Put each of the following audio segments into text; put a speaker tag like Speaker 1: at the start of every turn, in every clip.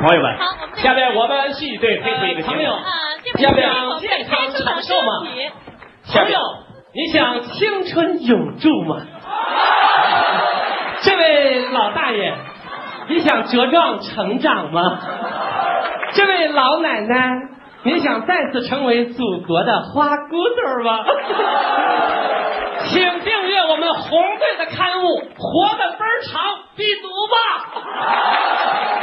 Speaker 1: 朋友们
Speaker 2: 好我们这，个
Speaker 1: 下面我们戏剧队推出一个节
Speaker 3: 朋
Speaker 1: 目
Speaker 3: 友，
Speaker 2: 啊，这
Speaker 3: 要
Speaker 2: 边
Speaker 3: 不要现场抢售嘛
Speaker 1: 下
Speaker 3: 朋
Speaker 1: 面
Speaker 3: 友，你想青春永驻吗？ 这位老大爷，你想茁壮成长吗？这位老奶奶，你想再次成为祖国的花骨朵儿 吗？请订阅我们红队的刊物《活得倍儿长》，必读吧。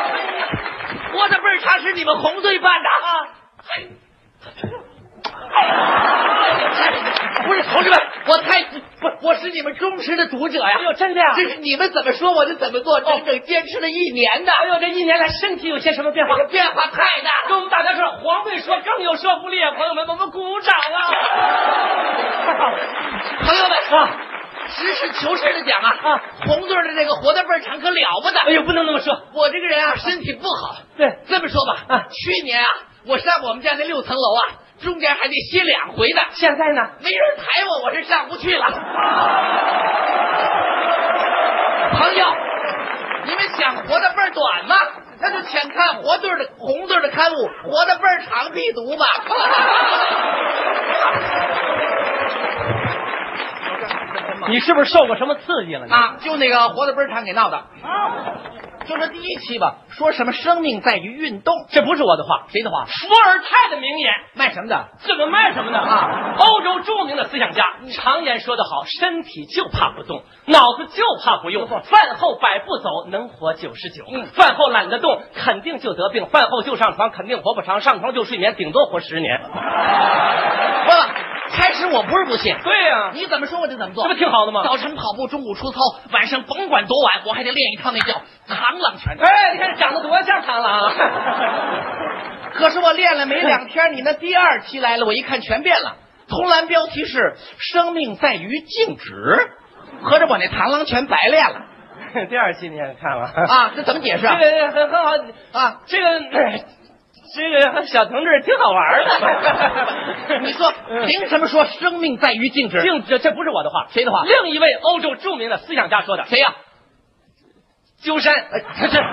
Speaker 4: 我的倍儿长是你们红队办的啊！哎不是同志们，我太不，我是你们忠实的读者呀！
Speaker 3: 哎呦，真的呀！
Speaker 4: 这是你们怎么说我就怎么做，整整坚持了一年的，
Speaker 3: 哎呦，这一年来身体有些什么变化？
Speaker 4: 变化太大
Speaker 3: 跟
Speaker 4: 了。
Speaker 3: 我们大家说，黄队说更有说服力，啊朋友们，我们鼓掌啊！
Speaker 4: 朋友们，实事求是的讲啊，
Speaker 3: 啊
Speaker 4: 红队的这个活得倍儿长可了不得。
Speaker 3: 哎呦，不能那么说，
Speaker 4: 我这个人啊，身体不好。
Speaker 3: 对，
Speaker 4: 这么说吧，
Speaker 3: 啊
Speaker 4: 去年啊，我上我们家那六层楼啊，中间还得歇两回呢，
Speaker 3: 现在呢，
Speaker 4: 没人抬我，我是上不去了。 朋友，你们想活得倍儿短吗？那就请看活队的红队的刊物《活得倍儿长必读》吧。
Speaker 3: 你是不是受过什么刺激了？
Speaker 4: 啊，就那个活得倍儿长给闹的，就这第一期吧，说什么生命在于运动，
Speaker 3: 这不是我的话，
Speaker 4: 谁的话？
Speaker 3: 伏尔泰的名言，
Speaker 4: 卖什么的？
Speaker 3: 这个卖什么的
Speaker 4: 啊？
Speaker 3: 欧洲著名的思想家常言说得好，身体就怕不动，脑子就怕不嗯用。饭后百步走，能活九十九；饭后懒得动，肯定就得病；饭后就上床，肯定活不长；上床就睡眠，顶多活十年。
Speaker 4: 不了，开始我不是不信，
Speaker 3: 对呀、
Speaker 4: 你怎么说我就怎么做，
Speaker 3: 这不挺好的吗？
Speaker 4: 早晨跑步，中午出操，晚上甭管多晚，我还得练一趟那叫螳螂拳。
Speaker 3: 哎，你看这长得多像啊螳 螂！
Speaker 4: 可是我练了没两天，你那第二期来了，我一看全变了。红蓝标题是“生命在于静止”，合着我那螳螂拳白练了
Speaker 3: 第二期你也看了啊？
Speaker 4: 啊！这怎么解释
Speaker 3: 这
Speaker 4: 啊？
Speaker 3: 个很很好
Speaker 4: 啊，
Speaker 3: 这个这个小同志挺好玩 的。
Speaker 4: 你说
Speaker 3: 嗯
Speaker 4: 凭什么说生命在于静止？
Speaker 3: 静，这这不是我的话，
Speaker 4: 谁的话
Speaker 3: 另一位欧洲著名的思想家说的。
Speaker 4: 谁呀、
Speaker 3: 鸠山，哎这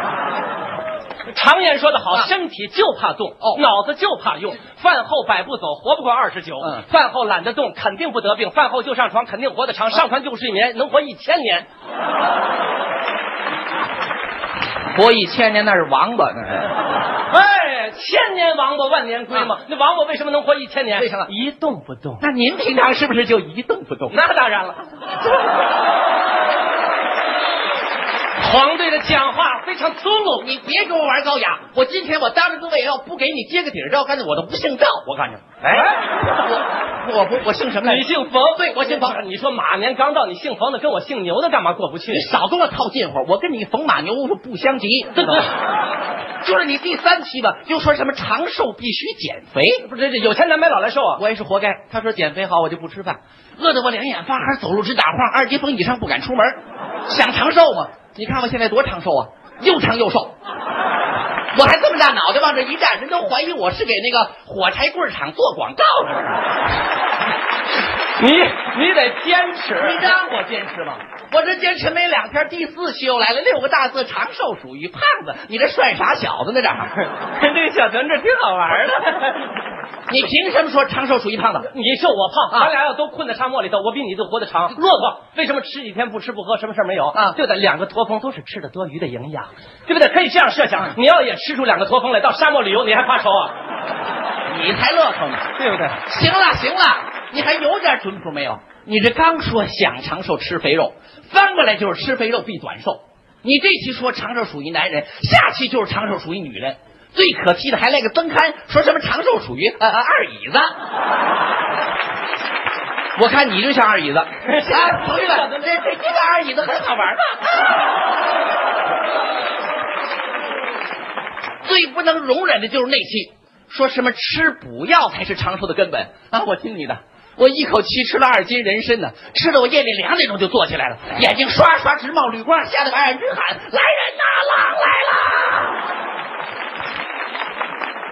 Speaker 3: 常言说得好，
Speaker 4: 啊
Speaker 3: 身体就怕动，
Speaker 4: 哦
Speaker 3: 脑子就怕用。饭后百步走，活不过二十九；
Speaker 4: 嗯
Speaker 3: 饭后懒得动，肯定不得病；饭后就上床，肯定活得长；上床就睡眠，能活一千年。
Speaker 4: 活一千年那是王八，那是
Speaker 3: 哎，千年王八万年龟嘛，那王八为什么能活一千年？
Speaker 4: 为什么
Speaker 3: 一动不动？
Speaker 4: 那您平常是不是就一动不动？
Speaker 3: 那当然了。黄队的讲话非常粗鲁，
Speaker 4: 你别跟我玩高雅，我今天我当着各位要不给你接个底儿照，干脆我都不姓赵，我告诉你。哎，我我不我姓什么来着？
Speaker 3: 你姓冯，
Speaker 4: 对我姓冯
Speaker 3: 你说马年刚到，你姓冯的跟我姓牛的干嘛过不去
Speaker 4: 你？少跟我套近乎，我跟你冯马牛不相及，知道吗？就是你第三期吧，又说什么长寿必须减肥，
Speaker 3: 不是这这有钱难买老来瘦啊！
Speaker 4: 我也是活该。他说减肥好，我就不吃饭，饿得我两眼发黑，走路直打晃，二级风以上不敢出门。想长寿吗？你看我现在多长寿啊，又长又瘦。我还这么大脑袋往这一站，人都怀疑我是给那个火柴棍厂做广告的。
Speaker 3: 你你得坚持
Speaker 4: 你。让我坚持吗？我这坚持没两天，第四期又来了，六个大字：长寿属于胖子。你这帅傻小子呢？这儿。
Speaker 3: 这个小同志挺好玩的。
Speaker 4: 你凭什么说长寿属于胖子？
Speaker 3: 你瘦我胖，
Speaker 4: 啊
Speaker 3: 咱俩要都困在沙漠里头，我比你都活得长。骆驼为什么吃几天不吃不喝，什么事儿没有
Speaker 4: 啊
Speaker 3: 对的，两个驼峰都是吃的多余的营养，对不对？可以这样设想，你要也吃出两个驼峰来，到沙漠旅游，你还发愁啊？
Speaker 4: 你才乐呵呢！
Speaker 3: 对不对？
Speaker 4: 行了行了，你还有点准谱没有？你这刚说想长寿吃肥肉，翻过来就是吃肥肉必短寿。你这期说长寿属于男人，下期就是长寿属于女人。最可气的还来个增刊，说什么长寿属于呃呃二椅子。我看你就像二椅子，啊，同志们，这这这个二椅子很好玩吧？最不能容忍的就是那期说什么吃补药才是长寿的根本啊！我听你的，我一口气吃了二斤人参呢，吃的我夜里凉那种就坐起来了，眼睛刷刷直冒绿光，吓得我爱人直喊：“来人呐，狼来啦！”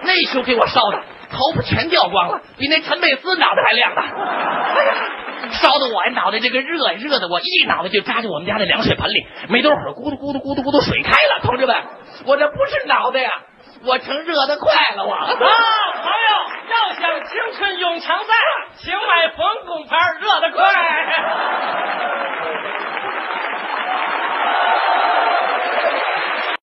Speaker 4: 那时候给我烧的头发全掉光了，比那陈佩斯脑袋还亮呢。哎呀烧的我脑袋这个热呀热的我一脑袋就扎进我们家的凉水盆里，没多会儿咕嘟咕嘟咕嘟咕嘟水开了，同志们，我这不是脑袋呀、我成热的快了我。